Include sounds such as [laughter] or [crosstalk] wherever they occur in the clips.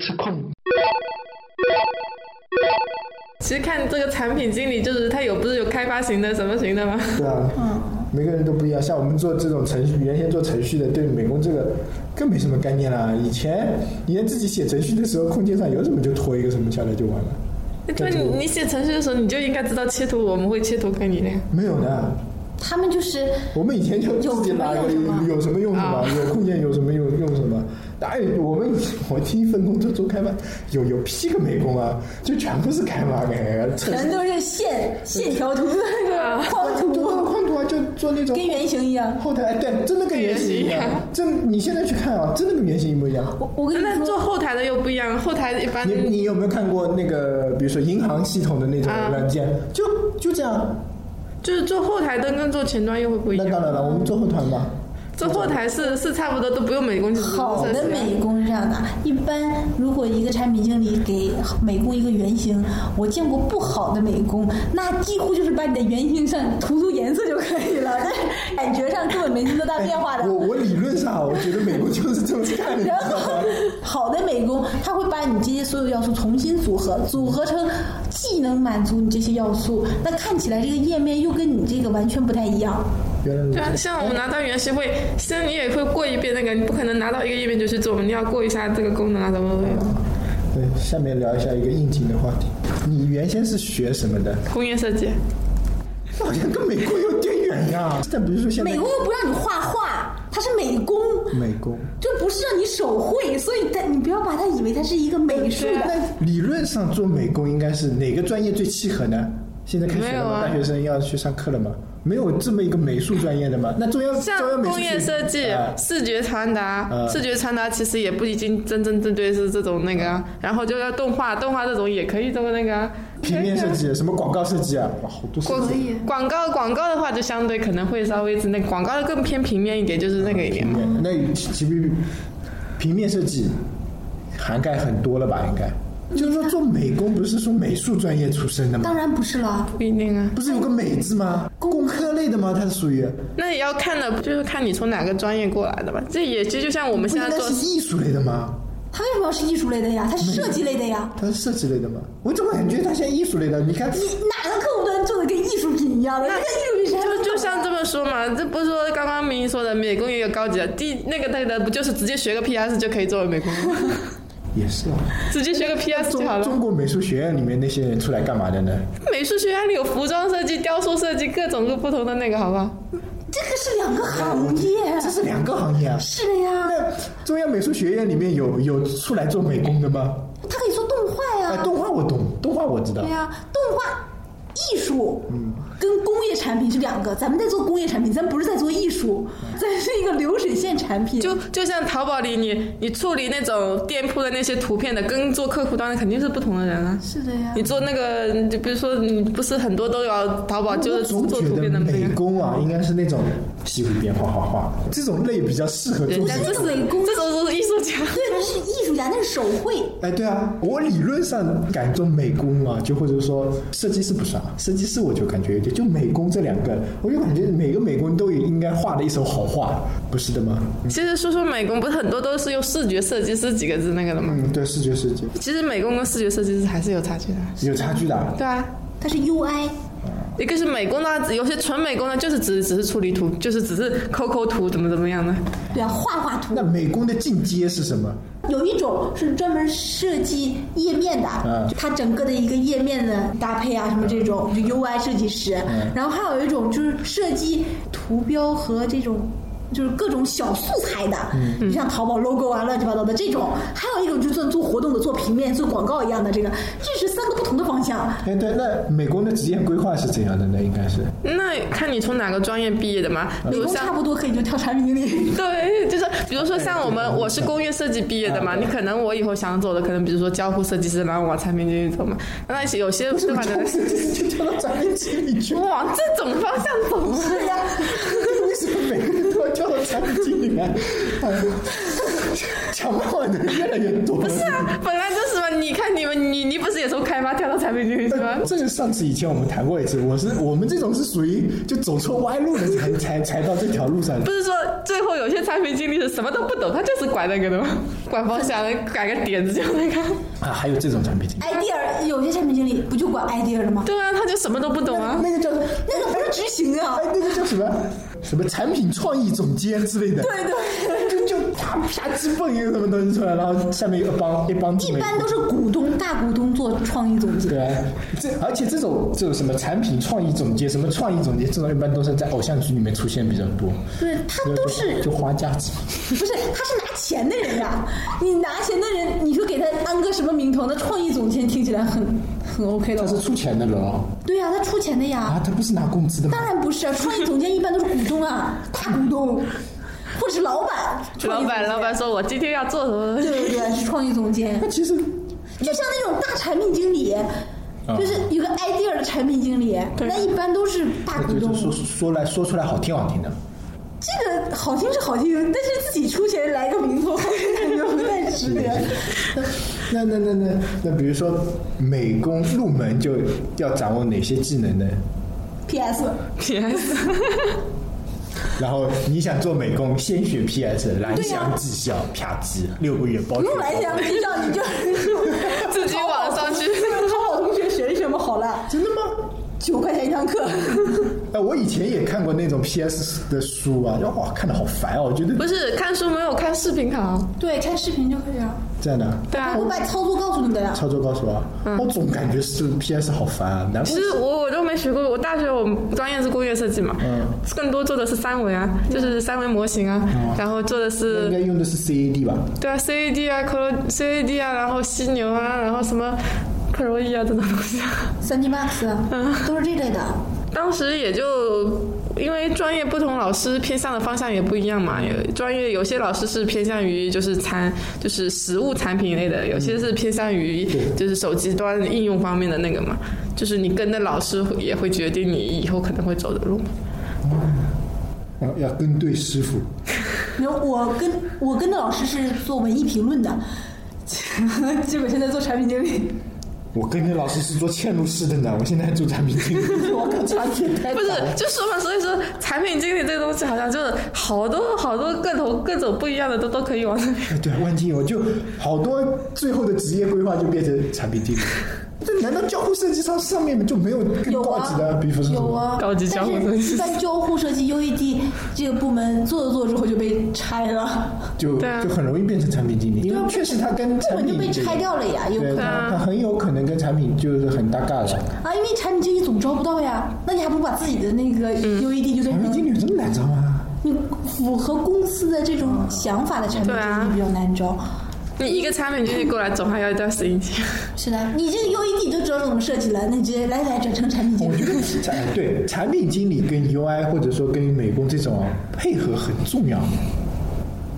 吃控。其实看这个产品经理，就是他有不是有开发型的什么型的吗？对啊，每个人都不一样。像我们做这种程序，原先做程序的，对美工这个更没什么概念啦。以前以前自己写程序的时候，空间上有什么就拖一个什么下来就完了，就你你写程序的时候，你就应该知道切图，我们会切图给你的呀。没有呢。他们就是我们以前就自己拿个有什么用什么，有空间有什么用用什么。哎，我们我第一份工作做开发，有有批个美工啊，就全部是开发哎，测全都是线线条图、框就做图，框图啊，就做那种跟原型一样。后台，哎，对，真的跟原型一跟原型一样样，真你现在去看啊，真的跟原型一模一样。我我跟那你做说，后台的又不一样，后台一般你你有没有看过那个，比如说银行系统的那种啊软件？就就这样。就是做后台的跟做前端又会不一那当样。然了，我们做后台嘛。做后台是是差不多都不用美工去做好的美工是这样的，一般如果一个产品经理给美工一个原型，我见过不好的美工，那几乎就是把你的原型上涂涂颜色就可以了，但是感觉上根本没什么多大变化的。哎我我理论上啊，我觉得美国就是这么干的，你知然道后吗？好的美工，他会把你这些所有要素重新组合，组合成既能满足你这些要素，那看起来这个页面又跟你这个完全不太一样。原来如对啊，此。像我们拿到原型会，先你也会过一遍那个，你不可能拿到一个页面就去做，你要过一下这个功能啊什么什么。对，下面聊一下一个应景的话题。你原先是学什么的？工业设计，那好像跟美国有点远呀。但比如说现在美工又不让你画画，他是美工，美工，就不是让你手绘，所以他你不要把它以为它是一个美术啊的。那理论上做美工应该是哪个专业最契合呢？现在开学了没有吗？啊大学生要去上课了吗？没有这么一个美术专业的吗？那中央中像央美术工业学设计、啊视觉传达、嗯视觉传达其实也不一定真正正对是这种那个哎啊，然后就要动画，动画这种也可以这么那个啊。平面设计、什么广告设计啊，哇，好多设广计。广告广告的话，就相对可能会稍微是那个广告的更偏平面一点，就是那个一点平嘛。面，那其其实平面设计涵盖很多了吧？应该就是说做美工不是说美术专业出身的吗当？然不是了，不一定啊，不是有个美字吗？工科类的吗？它是属于那也要看的，就是看你从哪个专业过来的吧。这也其实就像我们不现应在该做是艺术类的吗？它为什么要是艺术类的呀？它是设计类的呀。它是设计类的吗？我怎么感觉它像艺术类的？你看，你哪个客户端做的跟艺术品一样的？那个艺术品谁还就能就像这么说嘛，这不是说刚刚明明说的，美工也有高级的，第那个那个的不就是直接学个 PS 就可以作为美工吗？也是啊。直接学个 PS 就好中了。中国美术学院里面那些人出来干嘛的呢？美术学院里有服装设计、雕塑设计，各种各不同的那个，好不好？这个是两个行业。这是两个行业啊。是的呀，那中央美术学院里面有有出来做美工的吗？它可以做动画呀。啊，动画我懂，动画我知道对。呀、动画艺术，跟工业产品是两个。咱们在做工业产品，咱不是在做艺术，咱是一个流水线产品。就就像淘宝里你你处理那种店铺的那些图片的，跟做客户端的肯定是不同的人啊。是的呀你，做那个，就比如说你不是很多都要淘宝就我是做总图觉得片的那美个。工啊，应该是那种屁股一边画画画这种类比较适合人做家美这工。是美工这种都是艺术家。对，那是艺术家，那是手绘。哎，对啊，我理论上敢做美工啊，就或者说设计师不算啊，设计师我就感觉有点，就美工这两个，我就感觉每个美工都应该画的一手好画，不是的吗？其实说说美工，不是很多都是用视觉设计师几个字那个的吗？嗯，对，视觉设计其实美工跟视觉设计师还是有差距的。有差距的啊。对啊，它是 UI，一个是美工呢，有些纯美工呢，就是只只是处理图，就是只是抠抠图，怎么怎么样的。对啊，画画图那。美工的进阶是什么？有一种是专门设计页面的，嗯就它整个的一个页面的搭配啊，什么这种就 UI 设计师。嗯然后还有一种就是设计图标和这种。就是各种小素材的，嗯就像淘宝 logo 啊，乱七八糟的这种；还有一种就是做做活动的、做平面、做广告一样的，这个这是三个不同的方向。哎，对，那美工的职业规划是怎样的呢？应该是那看你从哪个专业毕业的嘛，比美如工像差不多可以就跳产品 [laughs] 经理，对，就是比如说像我哎们，对我是工业设计毕业的哎嘛，啊你可能我以后想走的，可能比如说交互设计师，然后往产品经理走嘛。那有些为什对么吧？从设计师就跳到产品经理去了？往这种方向走嘛。对 [laughs] 呀、 [laughs] 为什么每个人都要叫到产品经理 [laughs] 来？哎呀抢饭碗的人越来越多了。是啊，本来就是嘛。你看你们，你你不是也从开发跳到产品经理是吗？这个上次以前我们谈过一次，我是我们这种是属于就走错歪路了才才才到这条路上不。是说最后有些产品经理是什么都不懂，他就是拐那个的吗？拐方向，拐个点子就那个。啊，还有这种产品经理， idea 有些产品经理不就管 idea 了吗？对啊，他就什么都不懂啊。那个叫什么？那个不是执行啊哎，，那个叫什么？什么产品创意总监之类的？对对。就就啪啪直蹦一个什么东西出来，然后下面一帮一帮一弟妹。般都是股东、大股东做创意总对结，啊，这而且这种这种什么产品创意总监、什么创意总监，这种一般都是在偶像剧里面出现比较多，对他就都是就花架子。不是他是拿钱的人呀、你拿钱的人，你说给他安个什么名头？那创意总监听起来很很 OK 他的是哦。出钱的人哦对呀、他出钱的呀。啊，他不是拿工资的吗当？然不是啊，创意总监一般都是股东啊，大股东，或者是老板。老板，老板说，说我今天要做什么？对对对，是创意总监那。其实就像那种大产品经理，就是有个 idea 的产品经理，那一般都是大股就东就。说说来说出来好听好 [laughs] 听的，这个好听是好听，但是自己出钱来个名头， [laughs] 感觉不太值得。那那那那那，比如说美工入门就要掌握哪些技能呢？ P.S. PS，然后你想做美工，先学 PS 蓝对呀翔技校，啪叽，六个月包不学用包来月。想介绍，你就自己网上去。好好同学学一学嘛，好了，真的吗？九块钱一堂课。哎，我以前也看过那种 PS 的书啊，哇，看的好烦哦，我觉得不是看书没有看视频好。 [laughs] 对，看视频就可以了，这样的对啊我，把操作告诉你的呀。操作告诉我，嗯我总感觉是 PS 好烦啊，难怪其实我我都没学过，我大学我专业是工业设计嘛，嗯更多做的是三维啊，就是三维模型啊，然后做的应是该用的是 CAD 吧？对啊 CAD 啊、Colo CAD 啊，然后犀牛啊，然后什么克罗伊啊这种东西、啊。三 D Max 啊都是这类的。当时也就因为专业不同，老师偏向的方向也不一样嘛。有专业有些老师是偏向于就是产就是实物产品类的，有些是偏向于就是手机端应用方面的那个嘛。就是你跟着老师会也会决定你以后可能会走的路嘛。然后啊要跟对师傅，没有，我跟我跟的老师是做文艺评论的， [laughs] 基本现在做产品经理。 [laughs] 我跟那老师是做嵌入式的呢，我现在还做产品经理，我靠，差距太不大了是，就说嘛，所以说产品经理这个东西好像就是好多好多各种各种不一样的都都可以往那边。哎 [laughs] 对，万金油就好多最后的职业规划就变成产品经理。 [laughs] 这难道交互设计上上面就没有更有高啊级的比方说什么有啊，高级交互设计但是但交互设计 UED 这个部门做着做着之后就被 [laughs] 拆了，就对啊就很容易变成产品经理，因对啊为确实它跟部产门品就被拆掉了呀，有对可能它它很有可能跟产品就是很搭嘎的。啊，因为产品经理总招不到呀，那你还不如把自己的那个嗯 UED 就产品变经成理有这么难招吗？你符合公司的这种嗯想法的产品对啊经理比较难招。你一个产品经理过来，总还要一段时间。是的，你这个 UED 都知道怎么设计了，那你直接来来转成产品经我觉理。得产 [laughs] 对产品经理跟 UI 或者说跟美工这种配合很重要，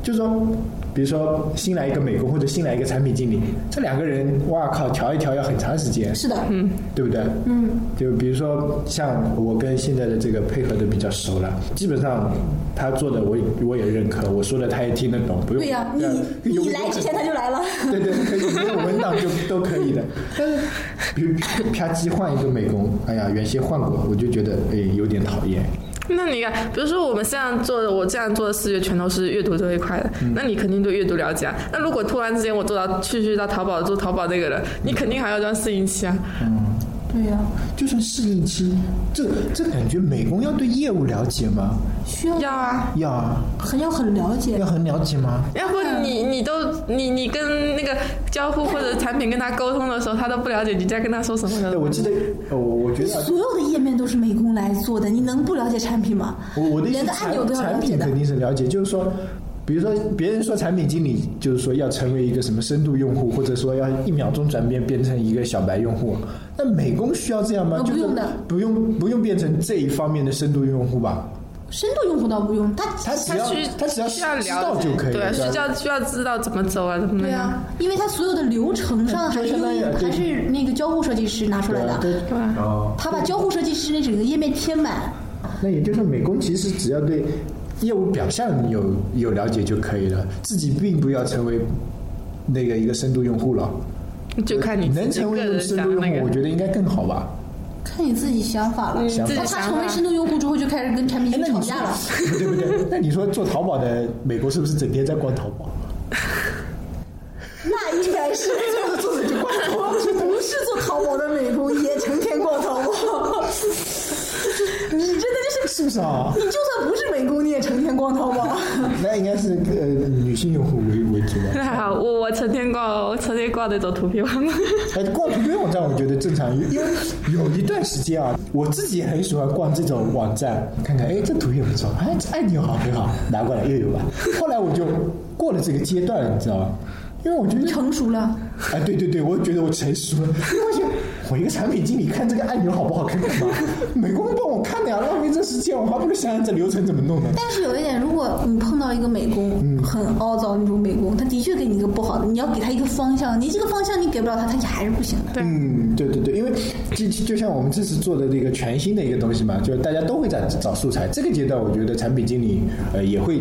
就是说，比如说新来一个美工或者新来一个产品经理，这两个人，哇靠，调一调要很长时间， [laughs] 是的，对不对？嗯，就比如说像我跟现在的这个配合的比较熟了，基本上他做的我也我也认可，我说的他也听得懂，不用对呀、对啊你有你来之前他就来了。 [laughs] 对对，可以，没有文档就都可以的。但是，比如啪叽换一个美工，哎呀，原先换过，我就觉得哎有点讨厌。 [laughs] 那你看，比如说我们现在做的，我这样做的事业全都是阅读这一块的，嗯那你肯定对阅读了解啊。那如果突然之间我做到去去到淘宝做淘宝这个了，你肯定还要装适应期啊。嗯对呀、就算适应期，这这感觉美工要对业务了解吗？需嗯要要啊，要啊，很要很了解要。很了解吗？ [laughs] 要不你嗯你都你你跟那个交互或者产品跟他沟通的时候，他都不了解，你在跟他说什么呢对，？我记得，呃我我觉得所有的页面都是美工来做的，你能不了解产品吗？我我的意思连个按钮都要产了解品的肯。定是了解，就是说，比如说别人说产品经理，就是说要成为一个什么深度用户，或者说要一秒钟转变变成一个小白用户。那美工需要这样吗？哦就是不用的不用不用变成这一方面的深度用户吧？深度用户倒不用，他他只要需他只要需要知道了解就可以对啊，了，需对吧要需要知道怎么走啊，怎么对样。啊，因为他所有的流程上就还是相当于还是那个交互设计师拿出来对啊，的，对对啊哦，他把交互设计师那整个页面填满。那也就是说，美工其实只要对业务表象有有了解就可以了，自己并不要成为那个一个深度用户了。就看你能成为个用人深想度用那户，我个觉得应该更好吧。看你自己想法了。想自法己那他想成为法深。度用户之后，就开始跟产品哎，那经理吵你架了。说 [laughs] 对不对？那你说做淘宝的美国是不是整天在逛淘宝？那应该 [laughs] 是 [laughs] 做的就逛淘宝，不是做淘宝的美工，也成天逛淘宝。 [laughs] [laughs] 你真的就是是不是啊？你就算不是美工，你也成天逛淘宝。那应该是呃女性用户为为主吧。 [laughs] 那还 [laughs] 好，我我成天挂，我成天挂那种图片 [laughs] 网。哎，逛图片网站我觉得正常，因为有一段时间啊，我自己也很喜欢逛这种网站，看看哎这图片不错，哎这按钮好很好，拿过来又有了。后来我就过了这个阶段了，你知道吗？因为我觉得 [laughs] 成熟了，哎，对对对，我觉得我成熟了。因为我想，我一个产品经理看这个按钮好不好看干嘛？美工帮我看的呀，浪费这时间，我还不如想想这流程怎么弄呢。但是有一点，如果你碰到一个美工，嗯很凹糟那种美工，他的确给你一个不好的，你要给他一个方向，你这个方向你给不了他，他也还是不行的。嗯，对对对，因为就就像我们这次做的这个全新的一个东西嘛，就是大家都会在找素材。这个阶段，我觉得产品经理呃也会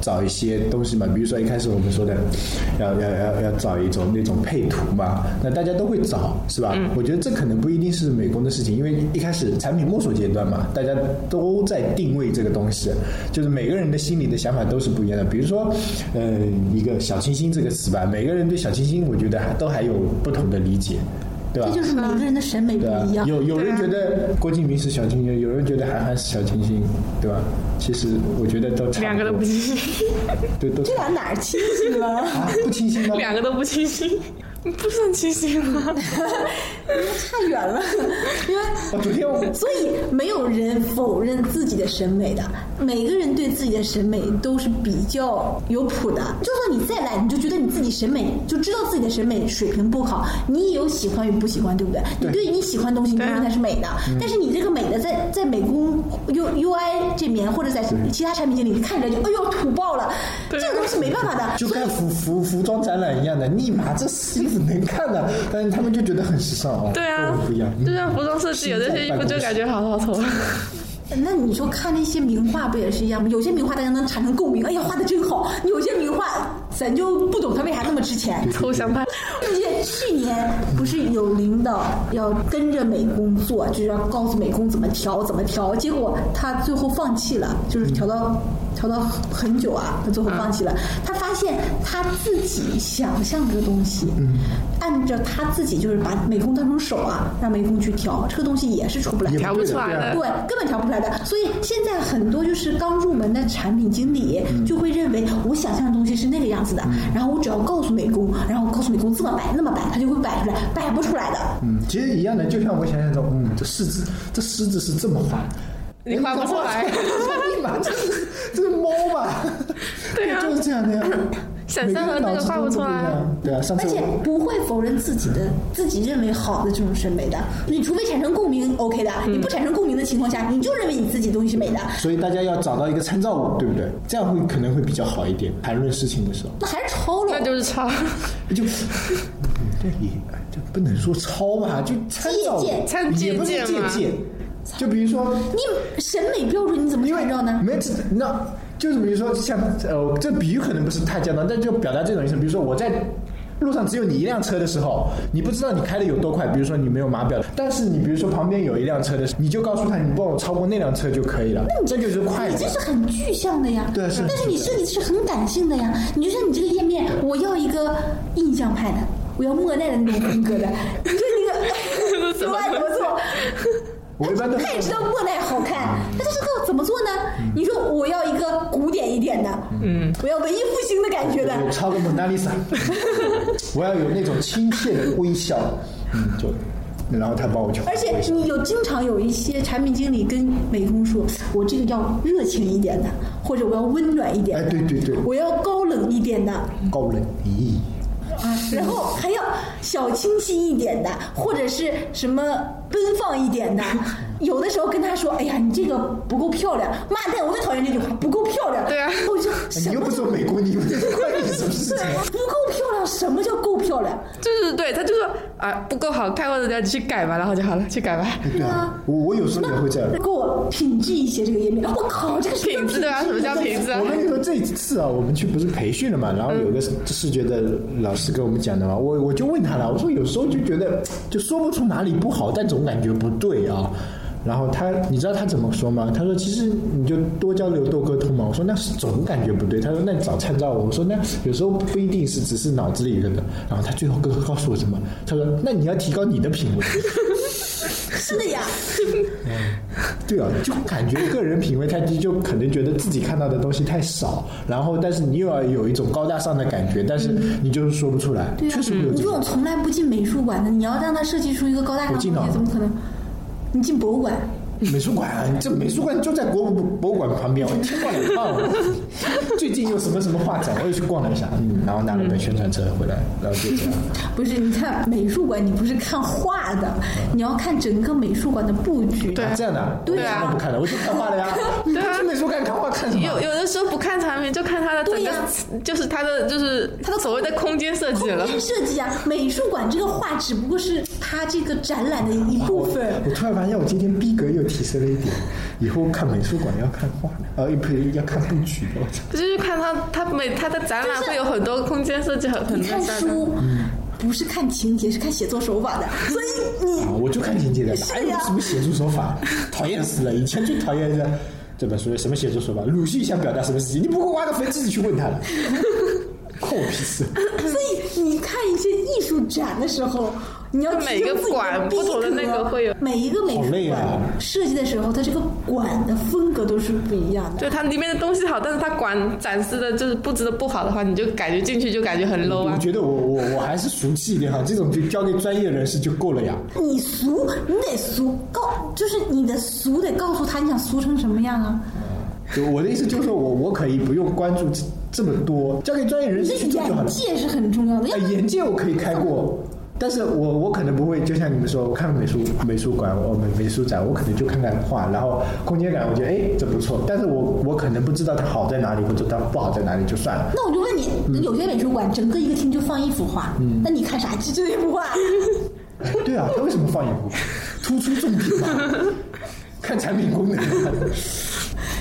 找一些东西嘛，比如说一开始我们说的，要要要要找一种那种配图嘛，那大家都会找，是吧？我觉得这可能不一定是美工的事情，因为一开始产品摸索阶段嘛，大家都在定位这个东西，就是每个人的心里的想法都是不一样的。比如说，呃，一个小清新这个词吧，每个人对小清新，我觉得还都还有不同的理解。对吧这？就是每个人的审美不对啊一，样。有有对人啊觉得郭敬明是小清新，有人觉得韩寒是小清新，对吧？其实我觉得都差两多个都不清晰，对都这俩哪儿清晰了？ [laughs] 啊不清新吗？两个都不清晰， [laughs] 不是很清啊晰吗？差远了， [laughs] 因为哦我昨天 [laughs] 我所以没有人否认自己的审美的，每个人对自己的审美都是比较有谱的。就算你再懒，你就觉得你自己审美就知道自己的审美水平不好，你也有喜欢与不喜欢，对不对？对你对你喜欢的东西，你对啊认为它是美的，但是你这个美的在在美工 U U I 这边或者在其他产品经理看着就哎呦土爆了，这对啊个东西没办法的，就所以跟服服服装展览一样的，立马这衣服能看的，但是他们就觉得很时尚哦， [laughs] 对跟啊我不一样，，就像服装设计，有这些衣服就感觉好好丑。啊 [laughs] 那你说看那些名画不也是一样吗？有些名画大家能产生共鸣，哎呀画的真好；有些名画咱就不懂它为啥那么值钱。抽象派， [laughs] 我记得去年不是有领导要跟着美工做，就是要告诉美工怎么调怎么调，结果他最后放弃了，就是调到调到很久啊，他最后放弃了。他发现他自己想象这个东西，按照他自己就是把美工当成手啊，让美工去调，这个东西也是出不来也的。调不出来对啊的。对，根本调不出来的。所以现在很多就是刚入门的产品经理嗯就会认为，我想象的东西是那个样子的，然后我只要告诉美工，然后告诉美工这么摆那么摆，他就会摆出来，摆不出来的。嗯，其实一样的，就像我想象中，嗯，这狮子，这狮子是这么画的。你画不出来哎 [laughs] 你画立马这是这是猫吧？对啊 [laughs] 就是这样的呀。想象的那个画不出来每个人脑子都不一样。对啊，上次而且我不会否认自己嗯的自己认为好的这种审美的，你除非产生共鸣，OK 的。嗯你不产生共鸣的情况下，你就认为你自己东西是美的，所以大家要找到一个参照物，对不对？这样会可能会比较好一点。谈论事情的时候，那还是抄了。那就是 [laughs] 抄，就嗯这也这不能说抄吧，就参照借物，参也不是借借鉴嘛鉴。就比如说，你审美标准你怎么因为按照呢？没这那就是比如说像呃，这比喻可能不是太恰当，但就表达这种意思。比如说我在路上只有你一辆车的时候，你不知道你开的有多快，比如说你没有码表，但是你比如说旁边有一辆车的时候，你就告诉他你帮我超过那辆车就可以了，这就是快你乐。这是很具象的呀，对是但是你设计的是很感性的呀。你就像你这个页面，我要一个印象派的，我要莫奈的那种风格的。你说你个怎么 UI 怎么做？我一般都他也知道莫奈好看，嗯那他这个怎么做呢？你说我要一个古典一点的，嗯，我要文艺复兴的感觉的，我超个蒙娜丽莎，我要有那种亲切的微笑，嗯，就然后他帮我就而且你有经常有一些产品经理跟美工说，我这个要热情一点的，或者我要温暖一点哎，的，对对对，我要高冷一点的，高冷，咦，然后还要小清新一点的，或者是什么奔放一 [laughs] 点的。有的时候跟他说：“哎呀，你这个不够漂亮。”妈蛋，我最讨厌这句话，不够漂亮。对啊我就哎什你又么不做啊美工，你关你什么事情？不够漂亮？什么叫够漂亮？就是对他就说啊不够好看，或者你去改吧，然后就好了，去改吧。对啊，我我有时候也会这样。给我品质一些这个页面，我靠，这个啊品质对吧？什么叫品质啊我？跟你说，这一次啊，我们去不是培训了嘛，然后有个视觉的老师跟我们讲的嘛，我我就问他了，我说有时候就觉得就说不出哪里不好，但总感觉不对啊。然后他，你知道他怎么说吗？他说：“其实你就多交流、多沟通嘛。”我说：“那是总感觉不对。”他说：“那你找参照我。”我说：“那有时候不一定是只是脑子里的。”然后他最后告告诉我什么？他说：“那你要提高你的品味。”是的呀，对啊，就感觉个人品味太低，就可能觉得自己看到的东西太少，然后但是你又要有一种高大上的感觉，但是你就是说不出来，对确实会有啊，你这这种种。从来不进美术馆的，你要让他设计出一个高大上我的进了东西，怎么可能？你进博物馆，美术馆、啊，你这美术馆就在国博物馆旁边，我天逛两趟了。最近有什么什么画展，我也去逛了一下，嗯，然后拿了本宣传册回来，然后就这样。不是你看美术馆，你不是看画的，嗯你要看整个美术馆的布局。对啊这样的、啊，对我啊什么不看了，我就看画了呀。你不去美术馆看画看什么？有有的时候不看产品，就看它的整对个，呀就是它的就是它的所谓的空间设计了。空间设计啊，美术馆这个画只不过是它这个展览的一部我分。嗯我突然发现我今天逼格又提升了一点，以后看美术馆要看画的，呃，不是要看布局的。我操！就是看它它每它的展览就是会有很多空间设计很很你看多展览书不是看情节，是看写作手法的，嗯所以你啊，我就看情节的，是哪呀有什么写作手法？讨厌死了！以前最讨厌的这本书有什么写作手法？鲁迅想表达什么事情？你不给我挖个坟，自己去问他了，关我屁事！所以你看一些艺术展的时候，你要哦每个提升自己馆逼不同的格那个会有每一个美好术累啊馆设计的时候，它这个馆的风格都是不一样的。对它里面的东西好，但是它馆展示的就是布置的不好的话，你就感觉进去就感觉很 low 我啊。觉得我我我还是俗气一点哈，这种就交给专业人士就够了呀。你俗，你得俗告，就是你的俗得告诉他你想俗成什么样啊！就我的意思就是说我我可以不用关注这这么多，交给专业人你的士去做就好眼了。界是很重要的，要呃，眼界我可以开过，但是我我可能不会，就像你们说，我看美术美术馆，我美美术展，我可能就看看画，然后空间感，我觉得哎这不错，但是我我可能不知道它好在哪里，或者它不好在哪里，就算了。那我就问你，有些美术馆整个一个厅就放一幅画，嗯那你看啥？就这一幅画， [laughs] 哎对啊，它为什么放一幅？突出重点嘛， [laughs] 看产品功能嘛。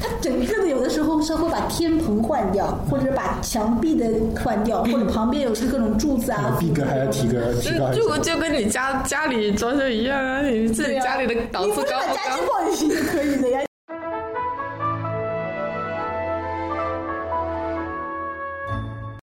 它整个的有的时候是会把天棚换掉，或者把墙壁的换掉，或者旁边有是各种柱子啊。逼嗯格还要提个提高嗯，一就下。就跟你家家里装修一样啊，你自己对啊家里的档你次不是高把不家高具？放进去就可以的呀，